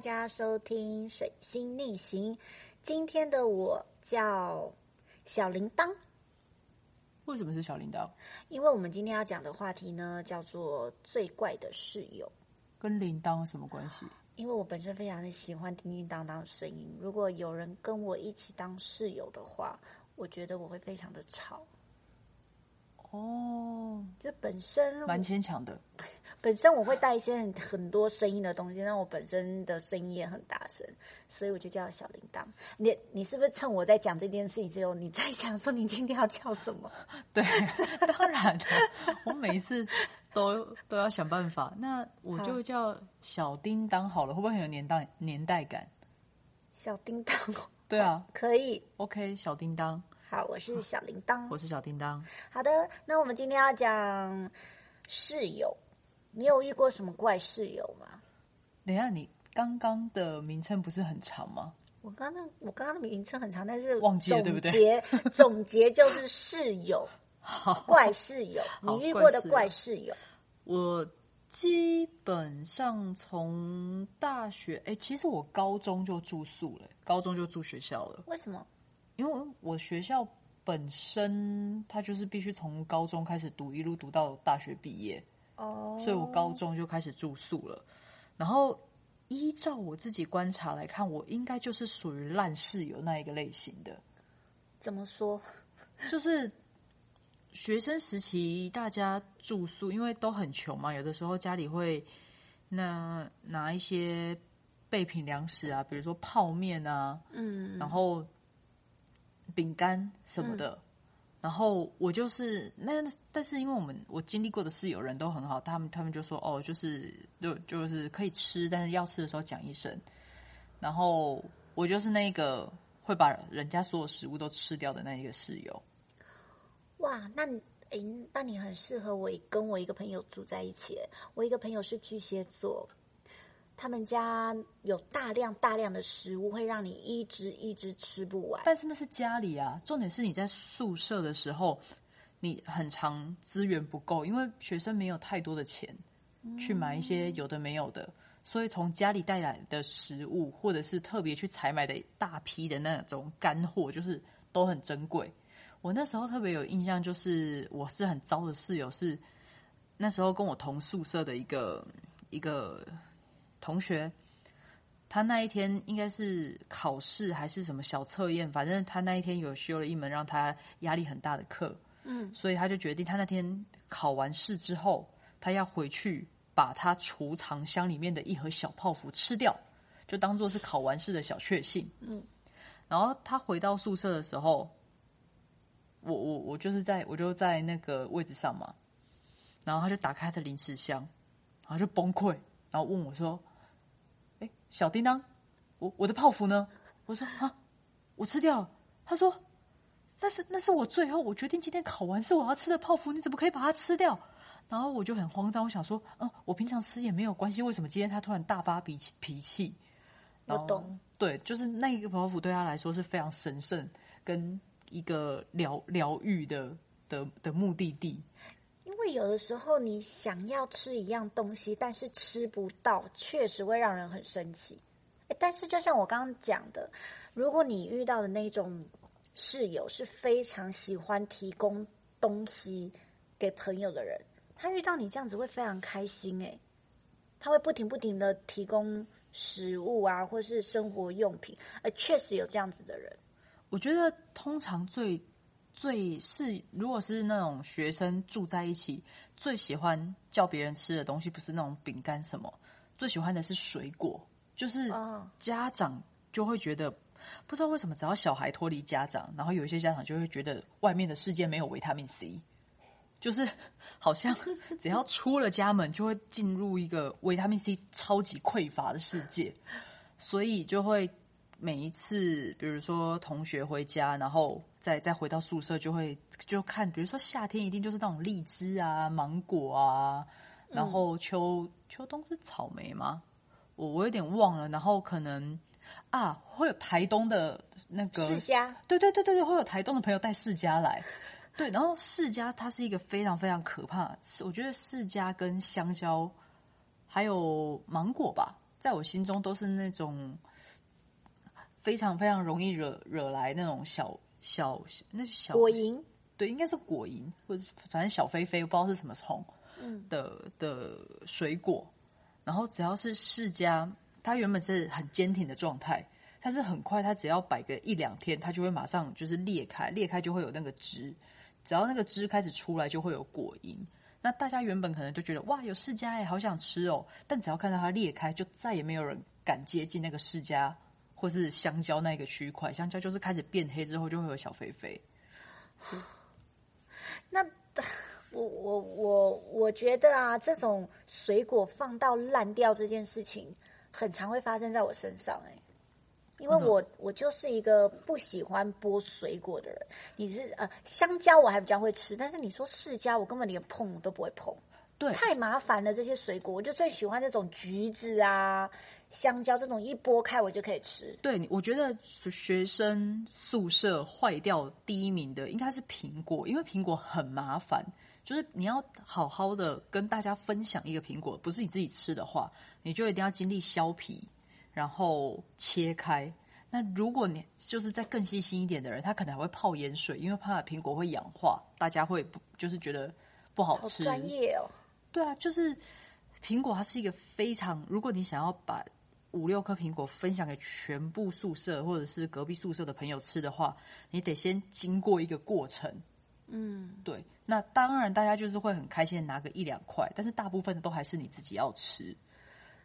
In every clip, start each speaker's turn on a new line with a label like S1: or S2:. S1: 家收听《水星逆行》。今天的我叫小铃铛，
S2: 为什么是小铃铛？
S1: 因为我们今天要讲的话题呢，叫做“最怪的室友
S2: 跟铃铛有什么关系？”。
S1: 因为我本身非常的喜欢叮叮当当的声音，如果有人跟我一起当室友的话，我觉得我会非常的吵。
S2: 哦，
S1: 就本身
S2: 蛮牵强 的。
S1: 本身我会带一些很很多声音的东西，但我本身的声音也很大声，所以我就叫小铃铛。你你是不是趁我在讲这件事情之后，你在想说你今天要叫什么？
S2: 对，当然了，我每一次都都要想办法。那我就叫小叮当好了，会不会很有年代年代感？
S1: 小叮当
S2: 对啊
S1: 可以。
S2: ，OK，小叮当，
S1: 好，我是小铃铛
S2: 我。是小叮当。
S1: 好的，那我们今天要讲室友。你有遇过什么怪室友吗？
S2: 等一下，你刚刚的名称不是很长吗？
S1: 我刚刚我刚刚的名称很长，但是
S2: 忘记了
S1: 总
S2: 对不对
S1: 结 总结就是室友
S2: 好，
S1: 怪室友，
S2: 好
S1: 你遇过的怪
S2: 怪
S1: 室友，
S2: 我基本上从大学，哎、其实我高中就住宿了，高中就住学校了。
S1: 为什么？
S2: 因为我学校本身它就是必须从高中开始读，一路读到大学毕业，
S1: 哦，
S2: 所以我高中就开始住宿了。然后依照我自己观察来看，我应该就是属于烂室友那一个类型的，
S1: 怎么说？
S2: 就是。学生时期大家住宿，因为都很穷嘛，有的时候家里会那拿一些备品粮食啊，比如说泡面啊，
S1: 嗯，
S2: 然后饼干什么的。然后我就是那，但是因为我们我经历过的室友人都很好，他们他们就说哦，就是就就是可以吃，但是要吃的时候讲一声。然后我就是那个会把人家所有食物都吃掉的那一个室友。
S1: 哇，那你诶，那你很适合我跟我一个朋友住在一起耶。我一个朋友是巨蟹座，他们家有大量大量的食物，会让你一直一直吃不完。
S2: 但是那是家里啊，重点是你在宿舍的时候，你很常资源不够，因为学生没有太多的钱去买一些有的没有的，所以从家里带来的食物，或者是特别去采买的大批的那种干货，就是都很珍贵。我那时候特别有印象，就是我是很糟的室友，是那时候跟我同宿舍的一个一个同学，他那一天应该是考试还是什么小测验，反正他那一天有修了一门让他压力很大的课，
S1: 嗯，
S2: 所以他就决定他那天考完试之后，他要回去把他储藏箱里面的一盒小泡芙吃掉，就当做是考完试的小确幸。
S1: 嗯，
S2: 然后他回到宿舍的时候，我我我就是在我就在那个位置上嘛，然后他就打开他的零食箱，然后就崩溃，然后问我说：“哎，小叮当，我我的泡芙呢？”我说：“啊，我吃掉了。”他说：“那是那是我最后我决定今天考完试我要吃的泡芙，你怎么可以把它吃掉？”然后我就很慌张，我想说：“嗯，我平常吃也没有关系，为什么今天他突然大发脾气脾气？”
S1: 我
S2: 然后
S1: 懂，
S2: 对，就是那一个泡芙对他来说是非常神圣跟一个疗疗愈的的的目的地。
S1: 因为有的时候你想要吃一样东西，但是吃不到，确实会让人很生气。诶但是就像我刚刚讲的，如果你遇到的那种室友是非常喜欢提供东西给朋友的人，他遇到你这样子会非常开心诶、他会不停不停的提供食物啊，或是生活用品，呃，确实有这样子的人，
S2: 我觉得通常最最是，如果是那种学生住在一起，最喜欢叫别人吃的东西，不是那种饼干什么，最喜欢的是水果。就是
S1: 哦
S2: 家长就会觉得，不知道为什么，只要小孩脱离家长，然后有一些家长就会觉得外面的世界没有维他命 C，就是好像只要出了家门，就会进入一个维他命 C 超级匮乏的世界，所以就会每一次，比如说同学回家，然后再再回到宿舍，就会就看，比如说夏天一定就是那种荔枝啊、芒果啊，然后秋、秋冬是草莓吗？我我有点忘了，然后可能啊会有台东的那个
S1: 世家
S2: 对对对对对，会有台东的朋友带世家来。对，然后世家它是一个非常非常可怕，是我觉得世家跟香蕉还有芒果吧，在我心中都是那种非常非常容易惹惹来那种小小那是小
S1: 果蝇
S2: 对，应该是果蝇或者反正小飞飞，我不知道是什么虫
S1: 嗯
S2: 的的水果。然后只要是释迦，它原本是很坚挺的状态，但是很快它只要摆个一两天，它就会马上就是裂开，裂开就会有那个汁，只要那个汁开始出来，就会有果蝇。那大家原本可能就觉得哇，有释迦哎，好想吃哦，但只要看到它裂开，就再也没有人敢接近那个释迦或是香蕉那个区块。香蕉就是开始变黑之后，就会有小肥肥。
S1: 那我我我我觉得啊，这种水果放到烂掉这件事情，很常会发生在我身上哎、因为
S2: 为什么
S1: 我我就是一个不喜欢剥水果的人。你是呃，香蕉我还比较会吃，但是你说释迦，我根本连碰都不会碰，
S2: 对，
S1: 太麻烦了。这些水果，我就最喜欢那种橘子啊、香蕉这种，一剥开我就可以吃。
S2: 对，你我觉得学生宿舍坏掉第一名的应该是苹果，因为苹果很麻烦，就是你要好好的跟大家分享一个苹果，不是你自己吃的话，你就一定要经历削皮，然后切开。那如果你就是再更细心一点的人，他可能还会泡盐水，因为怕苹果会氧化，大家会不就是觉得不好
S1: 好
S2: 吃。
S1: 专业哦，
S2: 对啊，就是苹果，它是一个非常，如果你想要把五六颗苹果分享给全部宿舍或者是隔壁宿舍的朋友吃的话，你得先经过一个过程。
S1: 嗯，
S2: 对，那当然大家就是会很开心的拿个一两块，但是大部分都还是你自己要吃。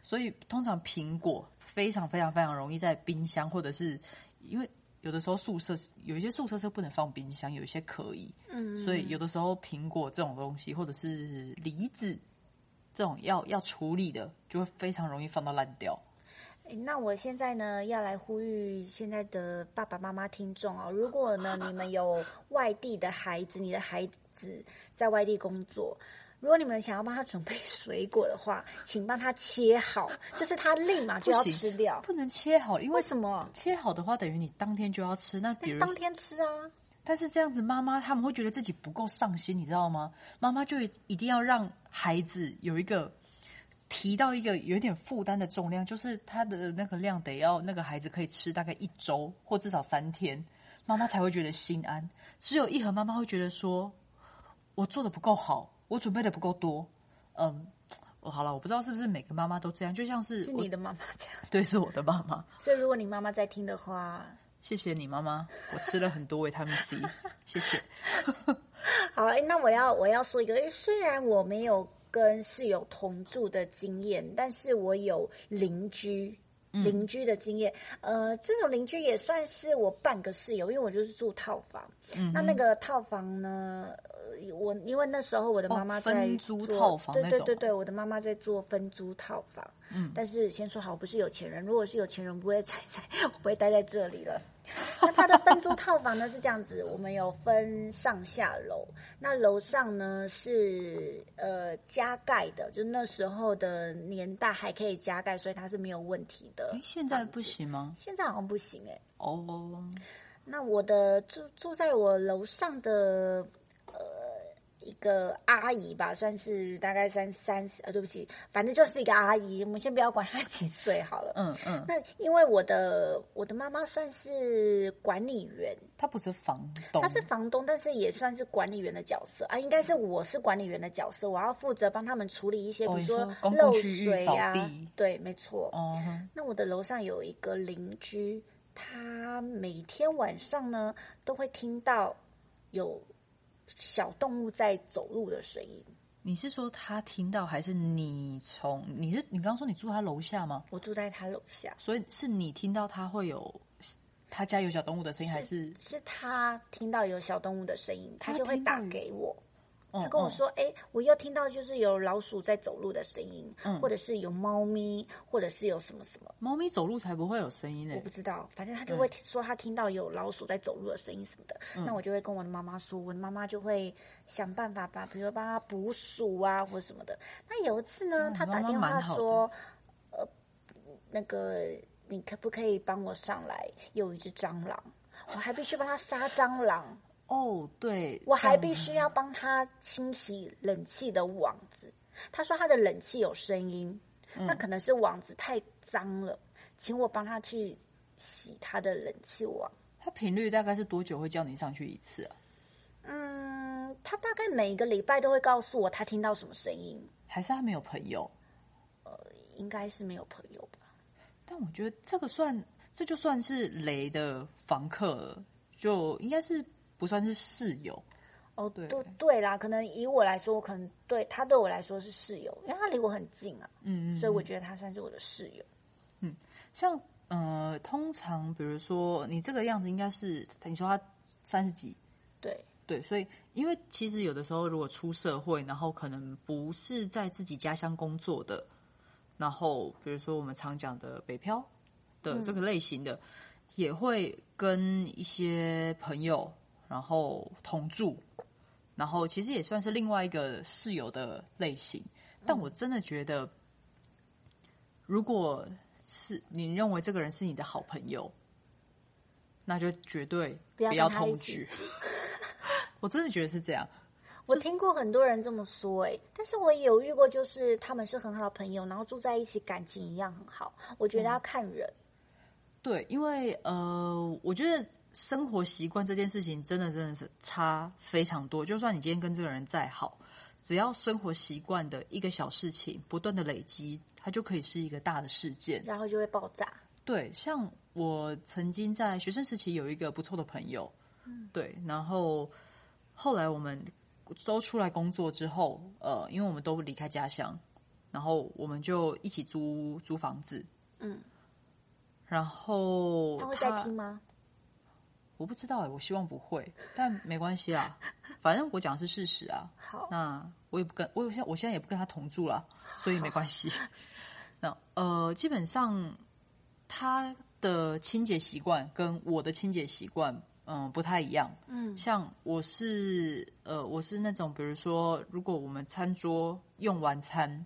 S2: 所以通常苹果非常非常非常容易在冰箱，或者是因为有的时候宿舍有一些宿舍是不能放冰箱，有一些可以。
S1: 嗯
S2: 所以有的时候苹果这种东西，或者是梨子这种要要处理的，就会非常容易放到烂掉。
S1: 诶那我现在呢，要来呼吁现在的爸爸妈妈听众哦，如果呢你们有外地的孩子，你的孩子在外地工作，如果你们想要帮他准备水果的话，请帮他切好，就是他立马就要
S2: 不行
S1: 吃掉。
S2: 不能切好，因
S1: 为
S2: 为
S1: 什么？
S2: 切好的话，等于你当天就要吃。那
S1: 但
S2: 比
S1: 是
S2: 如，
S1: 当天吃啊，
S2: 但是这样子，妈妈他们会觉得自己不够上心，你知道吗？妈妈就一定要让孩子有一个提到一个有点负担的重量，就是他的那个量得要那个孩子可以吃大概一周或至少三天，妈妈才会觉得心安。只有一盒妈妈会觉得说，我做的不够好，我准备的不够多，嗯。我好了，我不知道是不是每个妈妈都这样，就像是
S1: 是
S2: 我
S1: 你的妈妈这样。
S2: 对，是我的妈妈，
S1: 所以如果你妈妈在听的话，
S2: 谢谢你妈妈，我吃了很多维他命 C，谢 谢。
S1: 好，诶那我要我要说一个，诶虽然我没有跟室友同住的经验，但是我有邻居。
S2: 嗯
S1: 邻居的经验，呃，这种邻居也算是我半个室友，因为我就是住套房。
S2: 嗯
S1: 那那个套房呢，呃，我因为那时候我的妈妈
S2: 哦
S1: 在、
S2: 分租套房
S1: 对
S2: 那
S1: 对
S2: 种
S1: 对
S2: 吗
S1: 对，我的妈妈在做分租套房。
S2: 嗯
S1: 但是先说好，我不是有钱人，如果是有钱人，不会在在， 我不会待在这里了。 那它的分租套房呢是这样子，我们有分上下楼。那楼上呢是呃加盖的，就那时候的年代还可以加盖，所以它是没有问题的
S2: 诶。哎现在不行吗？
S1: 现在好像不行哎、
S2: 哦，
S1: 那我的住住在我楼上的呃一个阿姨吧，算是大概三三十，呃，对不起，反正就是一个阿姨，我们先不要管她几岁好了。
S2: 嗯嗯，
S1: 那因为我的我的妈妈算是管理员，
S2: 他不是房东，
S1: 她是房东，但是也算是管理员的角色啊，应该是我是管理员的角色，我要负责帮他们处理一些，比
S2: 哦
S1: 如
S2: 你
S1: 说
S2: 说公共
S1: 漏
S2: 区域
S1: 水
S2: 扫
S1: 呀、
S2: 地
S1: 对，没错。
S2: 哦哼
S1: 那我的楼上有一个邻居，他每天晚上呢都会听到有小动物在走路的声音。
S2: 你是说他听到还是你从你是你刚刚说你住他楼下吗？
S1: 我住在他楼下，
S2: 所以是你听到他会有他家有小动物的声音，还是
S1: 是他听到有小动物的声音，他
S2: 他
S1: 就会
S2: 听到
S1: 打
S2: 有
S1: 给我。
S2: 他
S1: 他跟我
S2: 嗯
S1: 说：“哎、我又听到就是有老鼠在走路的声音，
S2: 嗯
S1: 或者是有猫咪，或者是有什么什么。”
S2: 猫咪走路才不会有声音呢
S1: 我？不知道，反正
S2: 嗯
S1: 他就会说他听到有老鼠在走路的声音什么的，那我就会跟我的妈妈说，我的妈妈就会想办法把，比如帮他捕鼠啊或什么的。那有一次呢，
S2: 哦
S1: 他
S2: 你
S1: 打
S2: 妈妈
S1: 电话
S2: 蛮好的
S1: 说，呃，那个你可不可以帮我上来？有一只蟑螂，我还必须帮他杀蟑螂，
S2: 哦，对，
S1: 我还
S2: 这
S1: 必
S2: 样
S1: 须要帮他清洗冷气的网子。他说他的冷气有声音，
S2: 嗯
S1: 那可能是网子太脏了，请我帮他去洗他的冷气网。
S2: 它频率大概是多久会叫你上去一次啊？
S1: 嗯，他大概每一个礼拜都会告诉我他听到什么声音，
S2: 还是他没有朋友？
S1: 应该是没有朋友吧。
S2: 但我觉得这个算，这就算是雷的房客了，就应该是不算是室友。
S1: 哦，
S2: 对
S1: 对对啦，可能以我来说，我可能对他对我来说是室友，因为他离我很近啊，
S2: 嗯嗯，
S1: 所以我觉得他算是我的室友。
S2: 像呃，通常比如说你这个样子，应该是你说他三十几，
S1: 对，
S2: 对，所以因为其实有的时候如果出社会，然后可能不是在自己家乡工作的，然后比如说我们常讲的北漂
S1: 嗯
S2: 的这个类型的，也会跟一些朋友然后同住，然后其实也算是另外一个室友的类型。
S1: 嗯
S2: 但我真的觉得，如果是你认为这个人是你的好朋友，那就绝对
S1: 不要
S2: 不要
S1: 跟他一
S2: 同
S1: 起
S2: 居。 我真的觉得是这样。
S1: 我听过很多人这么说、欸，但是我也有遇过，就是他们是很好的朋友，然后住在一起，感情一样很好。我觉得要看人，
S2: 对，因为呃，我觉得生活习惯这件事情真的真的是差非常多。就算你今天跟这个人再好，只要生活习惯的一个小事情不断的累积，它就可以是一个大的事件。
S1: 然后就会爆炸。
S2: 对，像我曾经在学生时期有一个不错的朋友，
S1: 嗯
S2: 对，然后后来我们都出来工作之后，呃，因为我们都离开家乡，然后我们就一起租租房子，
S1: 嗯，
S2: 然后
S1: 他会在听吗？
S2: 我不知道哎、我希望不会，但没关系啦，反正我讲的是事实啊。
S1: 好，
S2: 那我也不跟我现在我现在也不跟他同住了，所以没关系。那呃，基本上他的清洁习惯跟我的清洁习惯，嗯、不太一样。
S1: 嗯
S2: 像我是呃，我是那种，比如说，如果我们餐桌用完餐，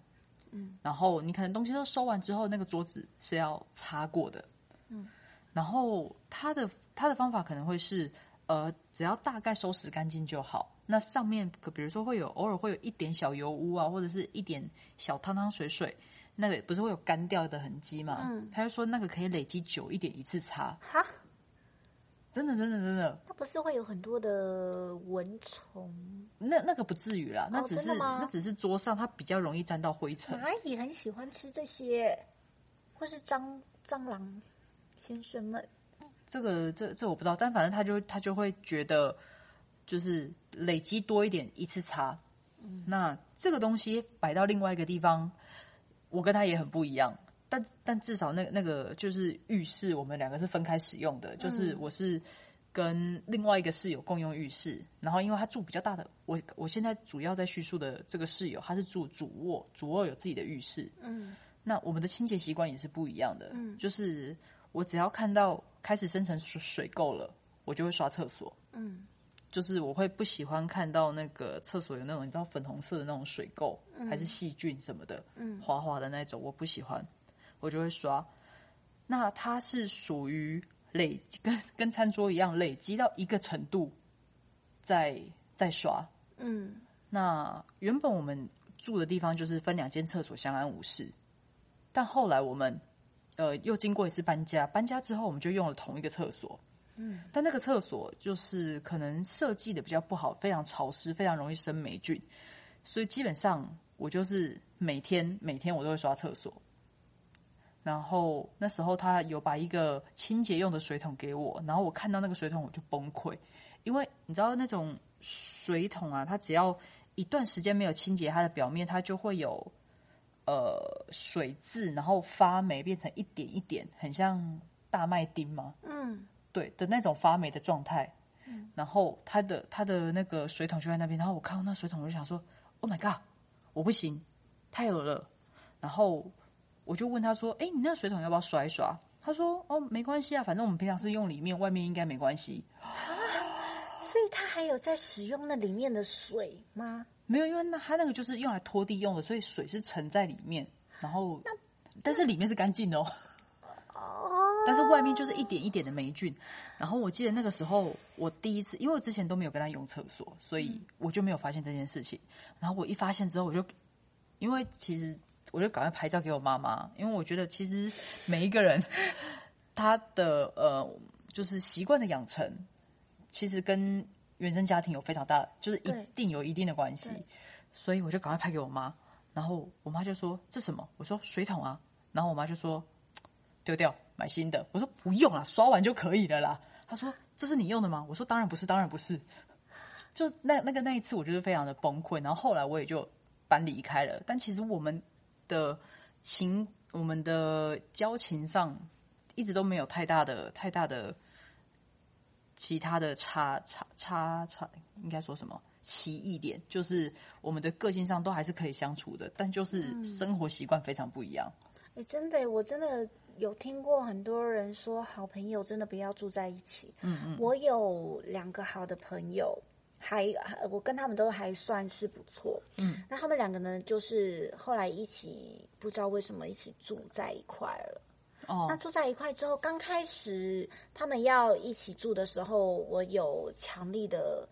S1: 嗯，
S2: 然后你可能东西都收完之后，那个桌子是要擦过的，
S1: 嗯，
S2: 然后他的他的方法可能会是，呃，只要大概收拾干净就好。那上面可比如说会有偶尔会有一点小油污啊，或者是一点小汤汤水水，那个不是会有干掉的痕迹嘛？
S1: 嗯
S2: 他就说那个可以累积久一点一次擦，
S1: 哈，
S2: 真的真的真的，
S1: 那不是会有很多的蚊虫？
S2: 那那个不至于啦，那只
S1: 哦真
S2: 是、
S1: 的吗
S2: 那只是桌上它比较容易沾到灰尘。
S1: 蚂蚁很喜欢吃这些，或是蟑蟑螂先生们。
S2: 这个这这我不知道，但反正他就他就会觉得就是累积多一点一次擦。
S1: 嗯
S2: 那这个东西摆到另外一个地方，我跟他也很不一样。但但至少那那个就是浴室，我们两个是分开使用的，
S1: 嗯
S2: 就是我是跟另外一个室友共用浴室，然后因为他住比较大的，我我现在主要在叙述的这个室友，他是住主卧，主卧有自己的浴室，
S1: 嗯，
S2: 那我们的清洁习惯也是不一样的。
S1: 嗯
S2: 就是我只要看到开始生成水水垢了，我就会刷厕所。
S1: 嗯
S2: 就是我会不喜欢看到那个厕所有那种你知道粉红色的那种水垢，还是细菌什么的，
S1: 嗯
S2: 滑滑的那种，我不喜欢，我就会刷。那它是属于累跟跟餐桌一样，累积到一个程度，再再刷。
S1: 嗯，
S2: 那原本我们住的地方就是分两间厕所相安无事，但后来我们呃又经过一次搬家，搬家之后我们就用了同一个厕所。
S1: 嗯，
S2: 但那个厕所就是可能设计的比较不好，非常潮湿，非常容易生霉菌，所以基本上我就是每天每天我都会刷厕所。然后那时候他有把一个清洁用的水桶给我，然后我看到那个水桶我就崩溃，因为你知道那种水桶啊，它只要一段时间没有清洁它的表面，它就会有呃水渍，然后发霉变成一点一点，很像大麦丁嘛，
S1: 嗯，
S2: 对的那种发霉的状态。然后它的它的那个水桶就在那边，然后我看到那水桶，我就想说，Oh my god，我不行，太恶了。然后我就问他说，哎，你那水桶要不要刷一刷？他说，哦，没关系啊，反正我们平常是用里面，外面应该没关系。
S1: 所以他还有在使用那里面的水吗？
S2: 没有，因为那它那个就是用来拖地用的，所以水是沉在里面，然后但是里面是干净的哦，
S1: 哦，
S2: 但是外面就是一点一点的霉菌。然后我记得那个时候我第一次，因为我之前都没有跟他用厕所，所以我就没有发现这件事情。然后我一发现之后，我就因为其实我就赶快拍照给我妈妈，因为我觉得其实每一个人他的呃就是习惯的养成，其实跟原生家庭有非常大的，就是一
S1: 对
S2: 定有一定的关系
S1: 对。
S2: 所以我就赶快拍给我妈，然后我妈就说这什么？我说水桶啊，然后我妈就说丢掉买新的。我说不用啦，刷完就可以了啦。她说这是你用的吗？我说当然不是，当然不是。就那那个那一次，我就是非常的崩溃，然后后来我也就搬离开了。但其实我们的情，我们的交情上一直都没有太大的太大的其他的差差差差，应该说什么奇异点，就是我们的个性上都还是可以相处的，但就是生活习惯非常不一样。
S1: 哎、真的耶，我真的有听过很多人说，好朋友真的不要住在一起。嗯嗯，我有两个好的朋友，还还我跟他们都还算是不错。嗯，那他们两个呢，就是后来一起不知道为什么一起住在一块了。那
S2: 哦，
S1: 住在一块之后，刚开始他们要一起住的时候，我有强力的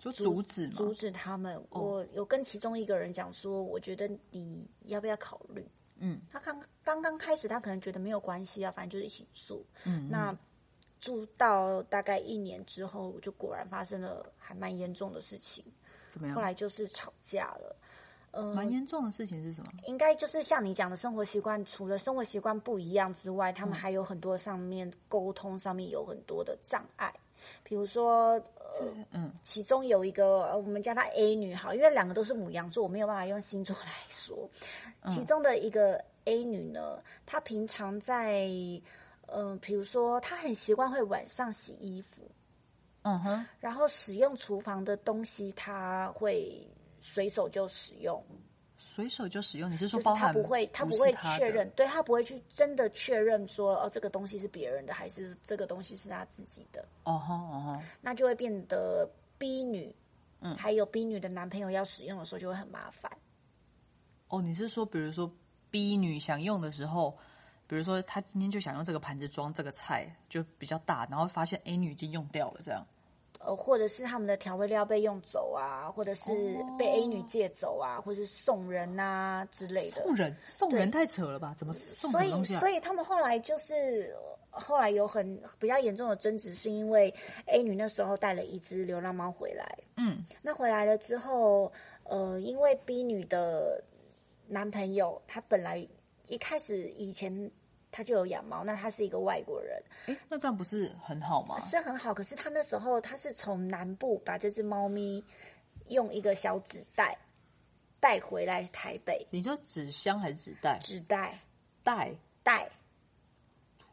S2: 就阻止嘛，
S1: 阻止他们。
S2: 哦
S1: 我有跟其中一个人讲说，我觉得你要不要考虑？
S2: 嗯，
S1: 他刚刚刚开始，他可能觉得没有关系啊，反正就是一起住。
S2: 嗯，
S1: 那住到大概一年之后，就果然发生了还蛮严重的事情，
S2: 怎么
S1: 后
S2: 样？
S1: 来就是吵架了。嗯、
S2: 蛮严重的事情是什么？
S1: 应该就是像你讲的生活习惯，除了生活习惯不一样之外，他
S2: 嗯
S1: 们还有很多上面沟通上面有很多的障碍，比如说，呃，
S2: 嗯，
S1: 其中有一个呃我们叫她 A 女好，因为两个都是母羊座，我没有办法用星座来说。
S2: 嗯
S1: 其中的一个 A 女呢，她平常在，嗯、比如说她很习惯会晚上洗衣服，
S2: 嗯哼，
S1: 然后使用厨房的东西，她会随手就使用。
S2: 随手就使用，你是说
S1: 就是
S2: 包
S1: 他
S2: 含
S1: 不会，他不
S2: 是
S1: 会
S2: 他的
S1: 确认，对他不会去真的确认说哦，这个东西是别人的，还是这个东西是他自己的，
S2: 哦吼哦
S1: 那就会变得 B 女，嗯，还有 B 女的男朋友要使用的时候就会很麻烦，
S2: 吼，哦，你是说比如说 B 女想用的时候，比如说她今天就想用这个盘子装这个菜，就比较大，然后发现 A 女已经用掉了，这样
S1: 呃，或者是他们的调味料被用走啊，或者是
S2: 哦
S1: 被 A 女借走啊，或者是送人啊之类的，
S2: 送人送
S1: 对
S2: 人太扯了吧？怎么送
S1: 所
S2: 什么
S1: 以，
S2: 东西啊
S1: 所？以他们后来就是呃后来有很比较严重的争执，是因为 A 女那时候带了一只流浪猫回来，
S2: 嗯，
S1: 那回来了之后，呃，因为 B 女的男朋友他本来一开始以前他就有养猫，那他是一个外国人，
S2: 哎，那这样不是很好吗？
S1: 是很好，可是他那时候他是从南部把这只猫咪用一个小纸袋带回来台北，
S2: 你说纸箱还是纸袋？
S1: 纸袋
S2: 袋，
S1: 袋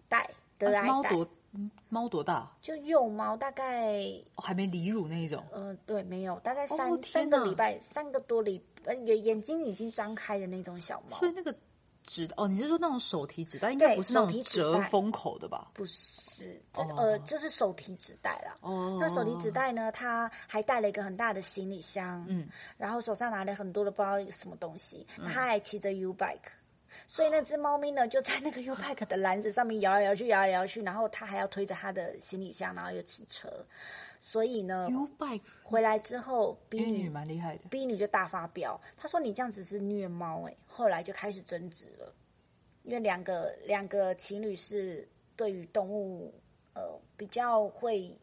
S1: 袋的
S2: 啊
S1: 来
S2: 猫
S1: 袋。
S2: 多嗯猫多大？
S1: 就幼猫大概，
S2: 哦还没离乳那一种。
S1: 呃，对，没有，大概三、
S2: 哦
S1: 三
S2: 天
S1: 个
S2: 哪
S1: 礼拜，三个多礼，呃，眼眼睛已经张开的那种小猫
S2: 所，以那个纸哦，你是说那种手提纸袋，应该
S1: 对
S2: 不是那
S1: 手提
S2: 种
S1: 纸袋
S2: 折封口的吧？
S1: 不是，这、
S2: 哦
S1: 呃，就是手提纸袋啦。
S2: 哦，
S1: 那手提纸袋呢？它还带了一个很大的行李箱，嗯，然后手上拿了很多的不知道什么东西，
S2: 嗯
S1: 它还骑着 U bike，所以那只猫咪呢就在那个 U bike 的篮子上面摇来摇去，摇来摇去，然后它还要推着它的行李箱，然后又骑车，所以呢，
S2: 哦 U 嗯 bike，
S1: 回来之后，比
S2: 英语蛮厉害的。
S1: B 女就大发飙，她说你这样子是虐猫哎、后来就开始争执了，因为两个两个情侣是对于动物呃比较会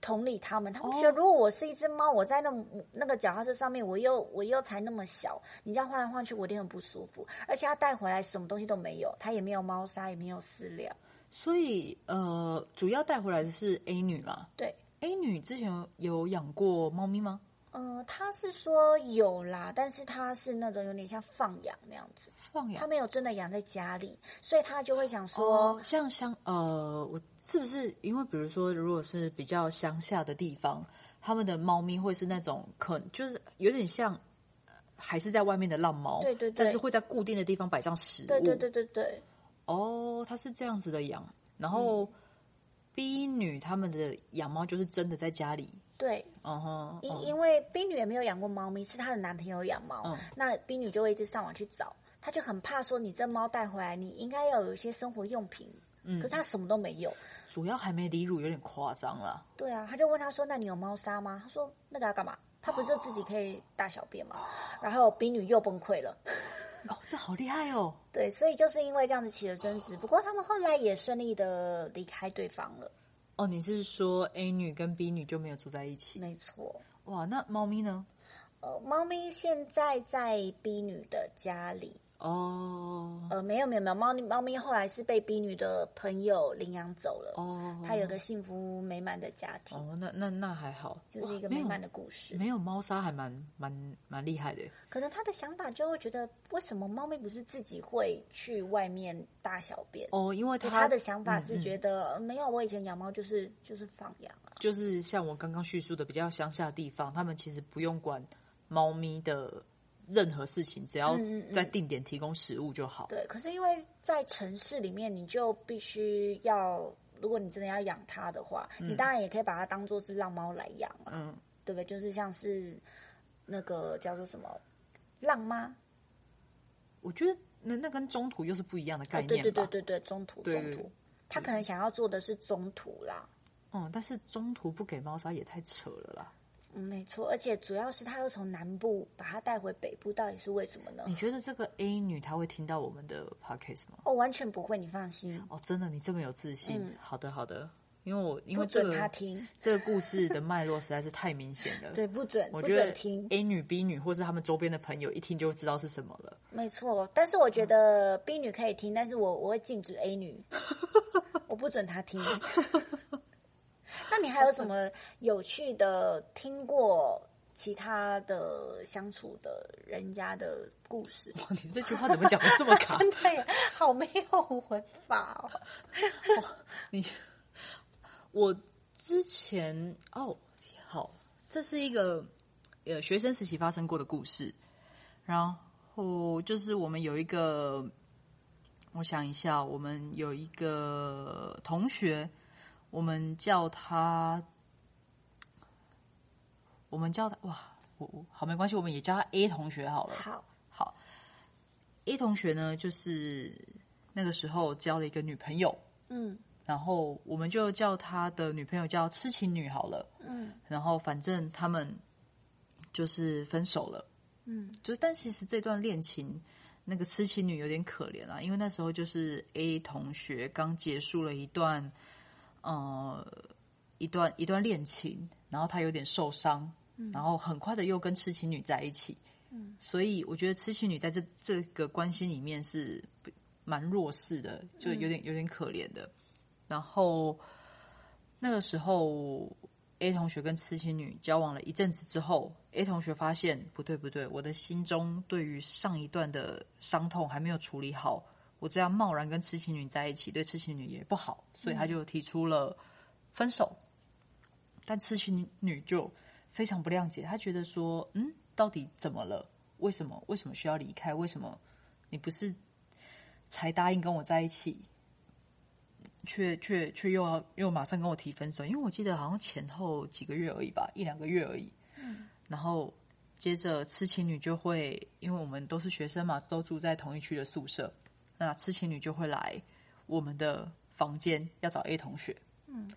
S1: 同理他们，他们觉得如果我是一只猫，我在那那个脚踏车上面，我又我又才那么小，你这样晃来晃去，我一定很不舒服。而且他带回来什么东西都没有，他也没有猫砂，也没有饲料，
S2: 所以呃，主要带回来的是 A 女啦。
S1: 对。
S2: A 女之前有有养过猫咪吗？
S1: 嗯，他是说有啦，但是他是那种有点像放养那样子，
S2: 放
S1: 他
S2: 养
S1: 没有真的养在家里，所以他就会想说，
S2: 哦，像乡呃，我是不是因为比如说，如果是比较乡下的地方，他们的猫咪会是那种可就是有点像。呃还是在外面的浪猫，
S1: 对对对
S2: 但是会在固定的地方摆上食物，
S1: 对对对对对，
S2: 哦，它是这样子的养，然后、B 女他们的养猫就是真的在家里，
S1: 对，
S2: 嗯哼，
S1: 因、
S2: 嗯
S1: 因为冰女也没有养过猫咪，是她的男朋友养猫，
S2: 嗯
S1: 那冰女就会一直上网去找，她就很怕说你这猫带回来，你应该要有一些生活用品，可是她什么都没有。
S2: 主要还没离乳，有点夸张啦。
S1: 对啊，他就问她说：“那你有猫砂吗？”她说：“那个要干嘛？她不就自己可以大小便吗？”然后冰女又崩溃了，
S2: 哦，这好厉害哦！
S1: 对，所以就是因为这样子起了争执。不过他们后来也顺利的离开对方了。
S2: 哦，你是说 A 女跟 B 女就没有住在一起？
S1: 没错，
S2: 哇，那猫咪呢？
S1: 呃，猫咪现在在 B 女的家里。
S2: 哦
S1: 呃，没有没有没有，猫咪猫咪后来是被 B 女的朋友领养走了。
S2: 哦，
S1: 它有个幸福美满的家庭，
S2: 哦，那那那还好，
S1: 就是一个
S2: 哇没
S1: 美
S2: 有
S1: 满的故事。
S2: 没有猫砂还蛮蛮蛮厉害的耶。
S1: 可能他的想法就会觉得，为什么猫咪不是自己会去外面大小便？
S2: 哦，因为
S1: 对
S2: 它
S1: 他的想法是
S2: 嗯嗯
S1: 觉得、呃没有，我以前养猫就是就是放养啊。
S2: 嗯就是像我刚刚叙述的比较乡下的地方，他们其实不用管猫咪的任何事情，只要
S1: 嗯嗯嗯
S2: 在定点提供食物就好。
S1: 对，可是因为在城市里面，你就必须要，如果你真的要养它的话，你当然也可以把它当做是浪猫来养啊，
S2: 嗯，
S1: 对不对？就是像是那个叫做什么浪妈，
S2: 我觉得那那跟中途又是不一样的概
S1: 哦，对
S2: 念吧。
S1: 对对对对，中途
S2: 对
S1: 中途，他可能想要做的是中途啦。
S2: 嗯，但是中途不给猫砂也太扯了啦。
S1: 嗯，没错，而且主要是他又从南部把它带回北部，到底是为什么呢？
S2: 你觉得这个 A 女她会听到我们的 podcast 吗？
S1: 哦，完全不会，你放心，
S2: 哦，真的，你这么有自信。
S1: 嗯
S2: 好的，好的，因为我因
S1: 不
S2: 为这
S1: 准他
S2: 个
S1: 听，
S2: 这个故事的脉络实在是太明显了。
S1: 对，，不准，
S2: 我
S1: 不
S2: 觉
S1: 准
S2: 得
S1: 听。
S2: A 女、B 女或是他们周边的朋友一听就知道是什么了。
S1: 没错，但是我觉得 B 女可以听，但是我我会禁止 A 女，我不准她听。那你还有什么有趣的听过其他的相处的人家的故事？
S2: 哇，哦你这句话怎么讲的这么 卡？
S1: 真的耶，好没有文法哦！
S2: 你我之前哦，好，这是一个呃学生时期发生过的故事。然后就是我们有一个，我想一下，我们有一个同学，我们叫他，我们叫他哇，我我好没关系，我们也叫他 A 同学好了。
S1: 好，
S2: 好，A 同学呢，就是那个时候交了一个女朋友，
S1: 嗯
S2: 然后我们就叫他的女朋友叫痴情女好了。
S1: 嗯
S2: 然后反正他们就是分手了，
S1: 嗯
S2: 就但其实这段恋情，那个痴情女有点可怜啊，因为那时候就是 A 同学刚结束了一段，呃，一段一段恋情，然后他有点受伤，然后很快的又跟痴情女在一起，嗯，所以我觉得痴情女在这这个关系里面是不蛮弱势的，就有点有点可怜的。然后那个时候，A 同学跟痴情女交往了一阵子之后，A 同学发现不对不对，我的心中对于上一段的伤痛还没有处理好，我这样贸然跟痴情女在一起，对痴情女也不好，所以他就提出了分手。但痴情女就非常不谅解，她觉得说，嗯，到底怎么了？为什么为什么需要离开？为什么你不是才答应跟我在一起，却却却又要又马上跟我提分手，因为我记得好像前后几个月而已吧，一两个月而已。嗯，然后接着痴情女就会，因为我们都是学生嘛，都住在同一区的宿舍，那痴情女就会来我们的房间要找 A 同学。
S1: 嗯，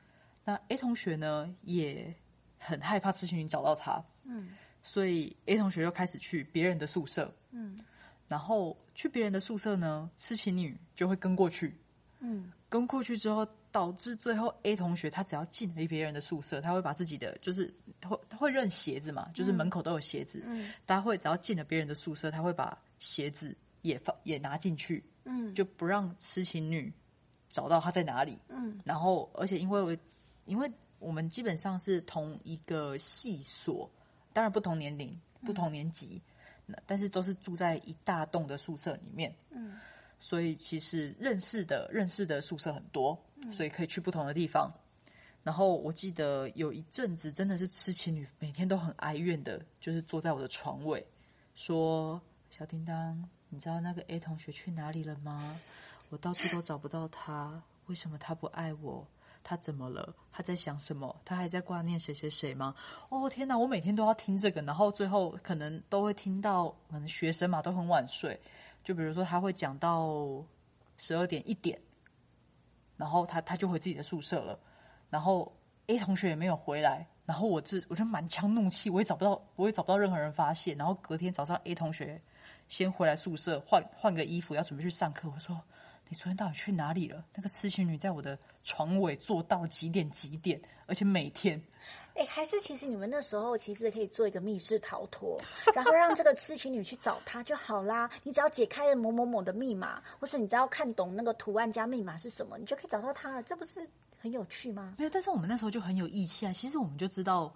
S2: 那 A 同学呢也很害怕痴情女找到他，
S1: 嗯
S2: 所以 A 同学就开始去别人的宿舍，
S1: 嗯
S2: 然后去别人的宿舍呢，痴情女就会跟过去，
S1: 嗯
S2: 跟过去之后，导致最后 A 同学他只要进了别人的宿舍，他会把自己的就是他会他会认鞋子嘛，就是门口都有鞋子，
S1: 嗯
S2: 他会只要进了别人的宿舍，他会把鞋子也放也拿进去，
S1: 嗯
S2: 就不让痴情女找到他在哪里。
S1: 嗯
S2: 然后而且因为我因为我们基本上是同一个系所，当然不同年龄、
S1: 嗯
S2: 不同年级，那但是都是住在一大栋的宿舍里面，
S1: 嗯，
S2: 所以其实认识的认识的宿舍很多，
S1: 嗯
S2: 所以可以去不同的地方。然后我记得有一阵子真的是痴情女，每天都很哀怨的，就是坐在我的床尾说：“小叮当，你知道那个 A 同学去哪里了吗？我到处都找不到他，为什么他不爱我？他怎么了？他在想什么？他还在挂念谁谁谁吗？哦天哪！我每天都要听这个，然后最后可能都会听到，可能学生嘛都很晚睡，就比如说他会讲到十二点一点，然后他他就回自己的宿舍了，然后 A 同学也没有回来，然后我这我就满腔怒气，我也找不到我也找不到任何人发泄，然后隔天早上 A 同学先回来宿舍换换个衣服，要准备去上课。我说你昨天到底去哪里了？那个痴情女在我的床尾坐到几点几点，而且每天。
S1: 哎、还是其实你们那时候其实可以做一个密室逃脱，然后让这个痴情女去找他就好啦。你只要解开了某某某的密码，或是你只要看懂那个图案加密码是什么，你就可以找到他了。这不是很有趣吗？
S2: 没有，但是我们那时候就很有义气啊。其实我们就知道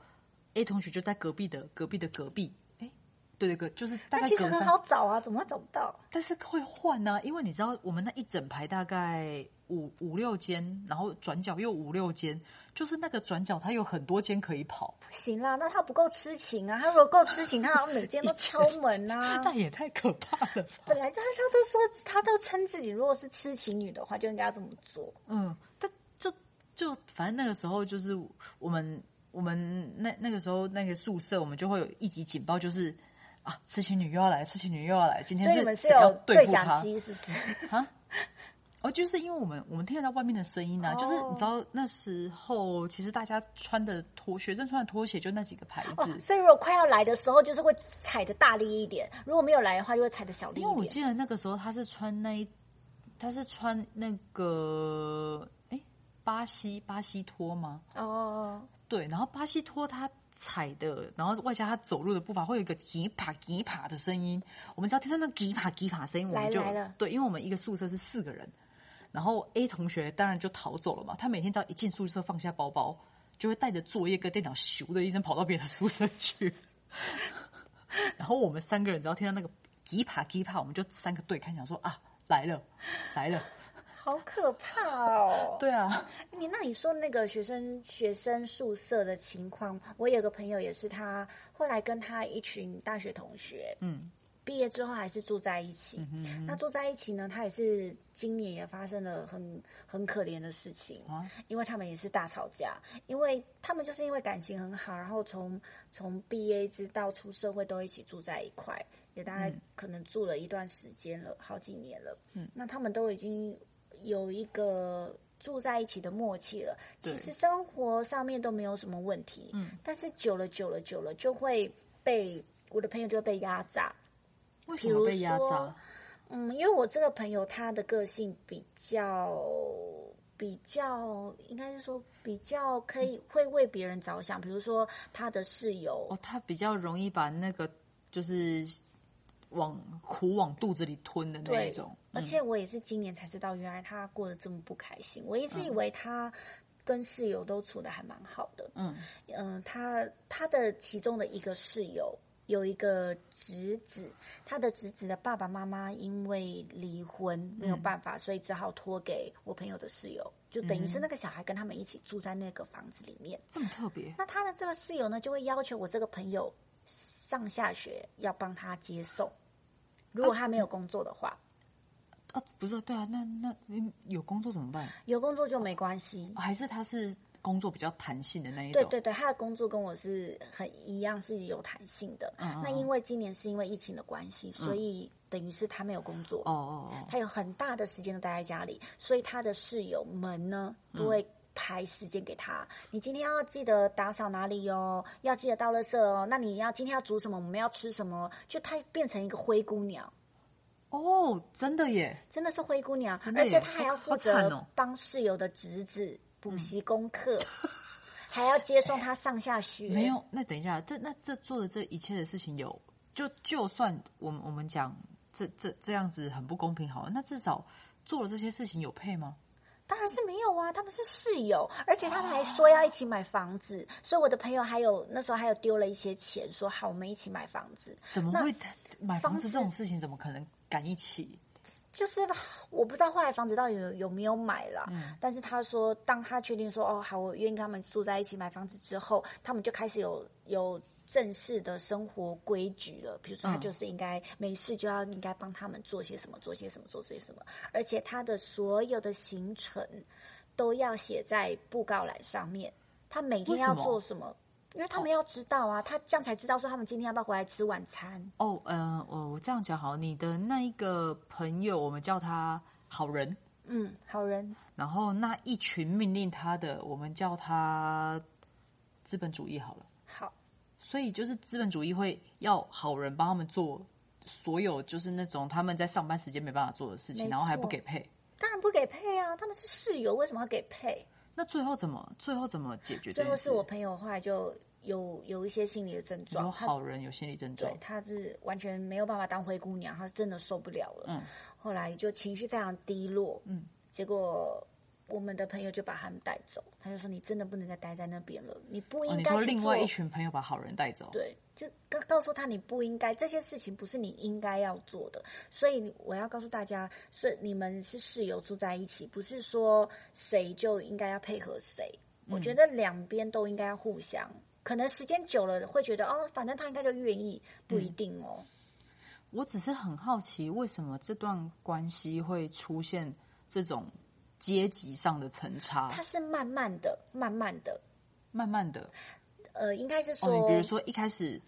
S2: A 同学就在隔壁的隔壁的隔壁，哎，对对，隔就是大
S1: 那
S2: 概
S1: 其实
S2: 隔
S1: 很
S2: 三
S1: 好找啊，怎么会找不到？
S2: 但是会换呐、因为你知道我们那一整排大概五五六间，然后转角又五六间，就是那个转角它有很多间可以跑，
S1: 不行啦，那他不够痴情啊！他如果够痴情，他好像每 间都敲门啊。
S2: 那也太可怕了吧。
S1: 本来他他都说他都称自己如果是痴情女的话，就应该要这么做。
S2: 嗯，但就就反正那个时候就是我们我们那那个时候那个宿舍，我们就会有一级警报，就是啊，痴情女又要来，痴情女又要来，今天
S1: 所以
S2: 是
S1: 你们是
S2: 谁要
S1: 有对
S2: 付
S1: 讲
S2: 她
S1: 机是不是？
S2: 啊？哦，就是因为我们我们听得到外面的声音呐、啊
S1: 哦
S2: 就是你知道那时候其实大家穿的拖学生穿的拖鞋就那几个牌子，
S1: 哦，所以如果快要来的时候，就是会踩的大力一点；如果没有来的话，就会踩的小力
S2: 因为
S1: 一
S2: 我
S1: 点。
S2: 记得那个时候他是穿那一，他是穿那个哎巴西巴西拖吗？
S1: 哦，
S2: 对，然后巴西拖他踩的，然后外加他走路的步伐会有一个吉啪吉啪的声音。我们只要听到那吉啪吉啪的声音，我
S1: 来
S2: 们就
S1: 来了
S2: 对，因为我们一个宿舍是四个人，然后 A 同学当然就逃走了嘛。他每天只要一进宿舍放下包包，就会带着作业跟电脑咻的一声跑到别的宿舍去。 然后我们三个人只要听到那个吉啪吉啪，我们就三个对看，想说啊来了来了，
S1: 好可怕哦！
S2: 对啊，
S1: 你那你说那个学生学生宿舍的情况，我有个朋友也是他，后来跟他一群大学同学，
S2: 嗯，
S1: 毕业之后还是住在一起。那住在一起呢，他也是今年也发生了很很可怜的事情，
S2: 啊
S1: 因为他们也是大吵架，因为他们就是因为感情很好，然后从从毕业一直到出社会都一起住在一块，也大概可能住了一段时间了，好几年了。嗯，那他们都已经有一个。住在一起的默契了，
S2: 对
S1: 其实生活上面都没有什么问题，嗯，但是久了久了久了就会被我的朋友就会被压榨，
S2: 为什么被压
S1: 比如
S2: 榨
S1: 说？嗯，因为我这个朋友他的个性比较比较，应该是说比较可以会为别人着想，比如说他的室友，
S2: 哦，他比较容易把那个就是往苦往肚子里吞的那一
S1: 对
S2: 种，，
S1: 而且我也是今年才知道，原来他过得这么不开心。我一直以为他跟室友都处的还蛮好的，
S2: 嗯，
S1: 嗯，他他的其中的一个室友有一个侄子，他的侄子的爸爸妈妈因为离婚没有办法，所以只好托给我朋友的室友，就等于是那个小孩跟他们一起住在那个房子里面。
S2: 这么特别，
S1: 那他的这个室友呢，就会要求我这个朋友上下学要帮他接送，如果他没有工作的话，
S2: 啊，不是，对啊，那那嗯有工作怎么办？
S1: 有工作就没关系。
S2: 还是他是工作比较弹性的那一种？
S1: 对对对，他的工作跟我是很一样，是有弹性的。
S2: 嗯嗯
S1: 那
S2: 嗯
S1: 因为今年是因为疫情的关系，所以等于是他没有工作，
S2: 哦哦
S1: 他有很大的时间都待在家里，所以他的室友们呢都
S2: 嗯
S1: 会排时间给他。你今天要记得打扫哪里哦，要记得倒垃圾哦。那你要今天要煮什么？我们要吃什么？就他变成一个灰姑娘。
S2: 哦哦，真的耶，
S1: 真的是灰姑娘，
S2: 的
S1: 而
S2: 耶
S1: 且她还
S2: 好
S1: 要负
S2: 好惨
S1: 责
S2: 哦嗯
S1: 帮室友的侄子补习功 课，还要接送他上下学。
S2: 没有，那等一下，这那这做的这一切的事情有，就就算我们我们讲这这这样子很不公平，好了，那至少做了这些事情有配吗？
S1: 当然是没有啊，他们是室友，而且他们还说要一起买房子，所以我的朋友还有那时候还有丢了一些钱，说好我们一起买房子。
S2: 怎么
S1: 那
S2: 会买房子
S1: 房
S2: 这种事情怎么可能赶一起？
S1: 就是我不知道后来房子到底有有没有买啦，
S2: 嗯
S1: 但是他说，当他确定说哦好，我愿意跟他们住在一起买房子之后，他们就开始有有正式的生活规矩了。比如说，他
S2: 嗯
S1: 就是应该、没事就要应该帮他们做些什么，做些什么，做些什么，而且他的所有的行程都要写在布告栏上面，他每天
S2: 为什
S1: 要
S2: 么哦
S1: 做什么。因为他们要知道啊，他这样才知道说他们今天要不要回来吃晚餐。
S2: 哦，嗯、呃，我我这样讲好，你的那一个朋友，我们叫他好人，
S1: 嗯，好人，
S2: 然后那一群命令他的，我们叫他资本主义好了。
S1: 好，
S2: 所以就是资本主义会要好人帮他们做所有就是那种他们在上班时间没办法做的事情，
S1: 没
S2: 然后还
S1: 错
S2: 不给配。
S1: 当然不给配啊，他们是室友，为什么要给配？
S2: 那最后怎么最后怎么解决这
S1: 最
S2: 件
S1: 后
S2: 事？
S1: 是我朋友后来就有有一些心理的症状，
S2: 有
S1: 他
S2: 好人有心理症状
S1: 对，，他是完全没有办法当灰姑娘，他真的受不了了。
S2: 嗯，
S1: 后来就情绪非常低落，
S2: 嗯，
S1: 结果我们的朋友就把他们带走，他就说你真的不能再待在那边了，你不
S2: 哦，
S1: 应
S2: 你
S1: 该去做。
S2: 说另外一群朋友把好人带走，
S1: 对，就告告诉他你不应该这些事情不是你应该要做的，所以我要告诉大家，是你们是室友住在一起，不是说谁就应该要配合谁。我
S2: 嗯
S1: 觉得两边都应该要互相，可能时间久了会觉得哦，反正他应该就愿意，不
S2: 嗯
S1: 一定哦。
S2: 我只是很好奇，为什么这段关系会出现这种阶级上的层差？
S1: 它是慢慢的、慢慢的，
S2: 慢慢的，
S1: 呃，应该是
S2: 哦，
S1: 说，
S2: 你比如说一开始，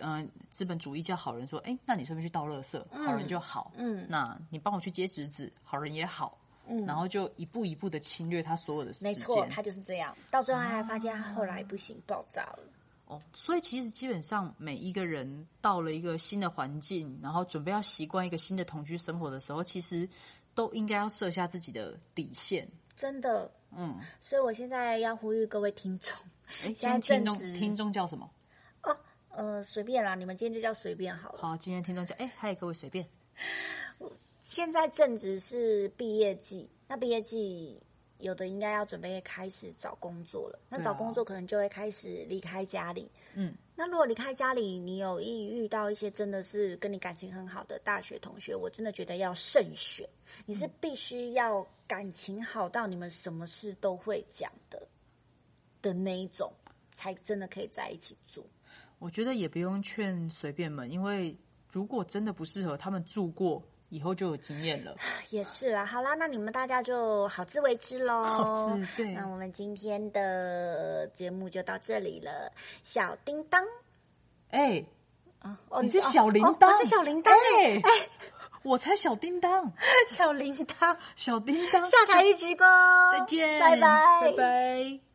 S2: 嗯、资本主义叫好人说，哎、那你顺便去倒垃圾，好人就好，
S1: 嗯
S2: 那你帮我去接侄子，好人也好，
S1: 嗯
S2: 然后就一步一步的侵略他所有的时
S1: 没
S2: 间，
S1: 错，他就是这样。到最后，他还发现他后来不行，爆炸了。
S2: 哦，所以其实基本上每一个人到了一个新的环境，然后准备要习惯一个新的同居生活的时候，其实都应该要设下自己的底线。
S1: 真的，
S2: 嗯，
S1: 所以我现在要呼吁各位听众，
S2: 哎，今
S1: 现在
S2: 天听众
S1: 正值
S2: 听众叫什么？
S1: 呃，随便啦，你们今天就叫随便好了。
S2: 好，今天听众叫哎，嗨，各位随便。
S1: 现在正值是毕业季，那毕业季有的应该要准备开始找工作了，那
S2: 对啊
S1: 找工作可能就会开始离开家里。
S2: 嗯，
S1: 那如果离开家里，你有意遇到一些真的是跟你感情很好的大学同学，我真的觉得要慎选，你是
S2: 嗯
S1: 必须要感情好到你们什么事都会讲的的那一种，才真的可以在一起住。
S2: 我觉得也不用劝随便们，因为如果真的不适合，他们住过以后就有经验 了。
S1: 也是啦，好啦，那你们大家就好自为之喽。
S2: 好自对
S1: 那我们今天的节目就到这里了。小叮当，
S2: 哎，
S1: 哦
S2: 你是小铃铛，
S1: 哦哦我是小铃铛哎，
S2: 哎，我才小叮当，
S1: 小铃铛，
S2: 小叮当，
S1: 下台一鞠躬，
S2: 再见，
S1: 拜拜，
S2: 拜拜。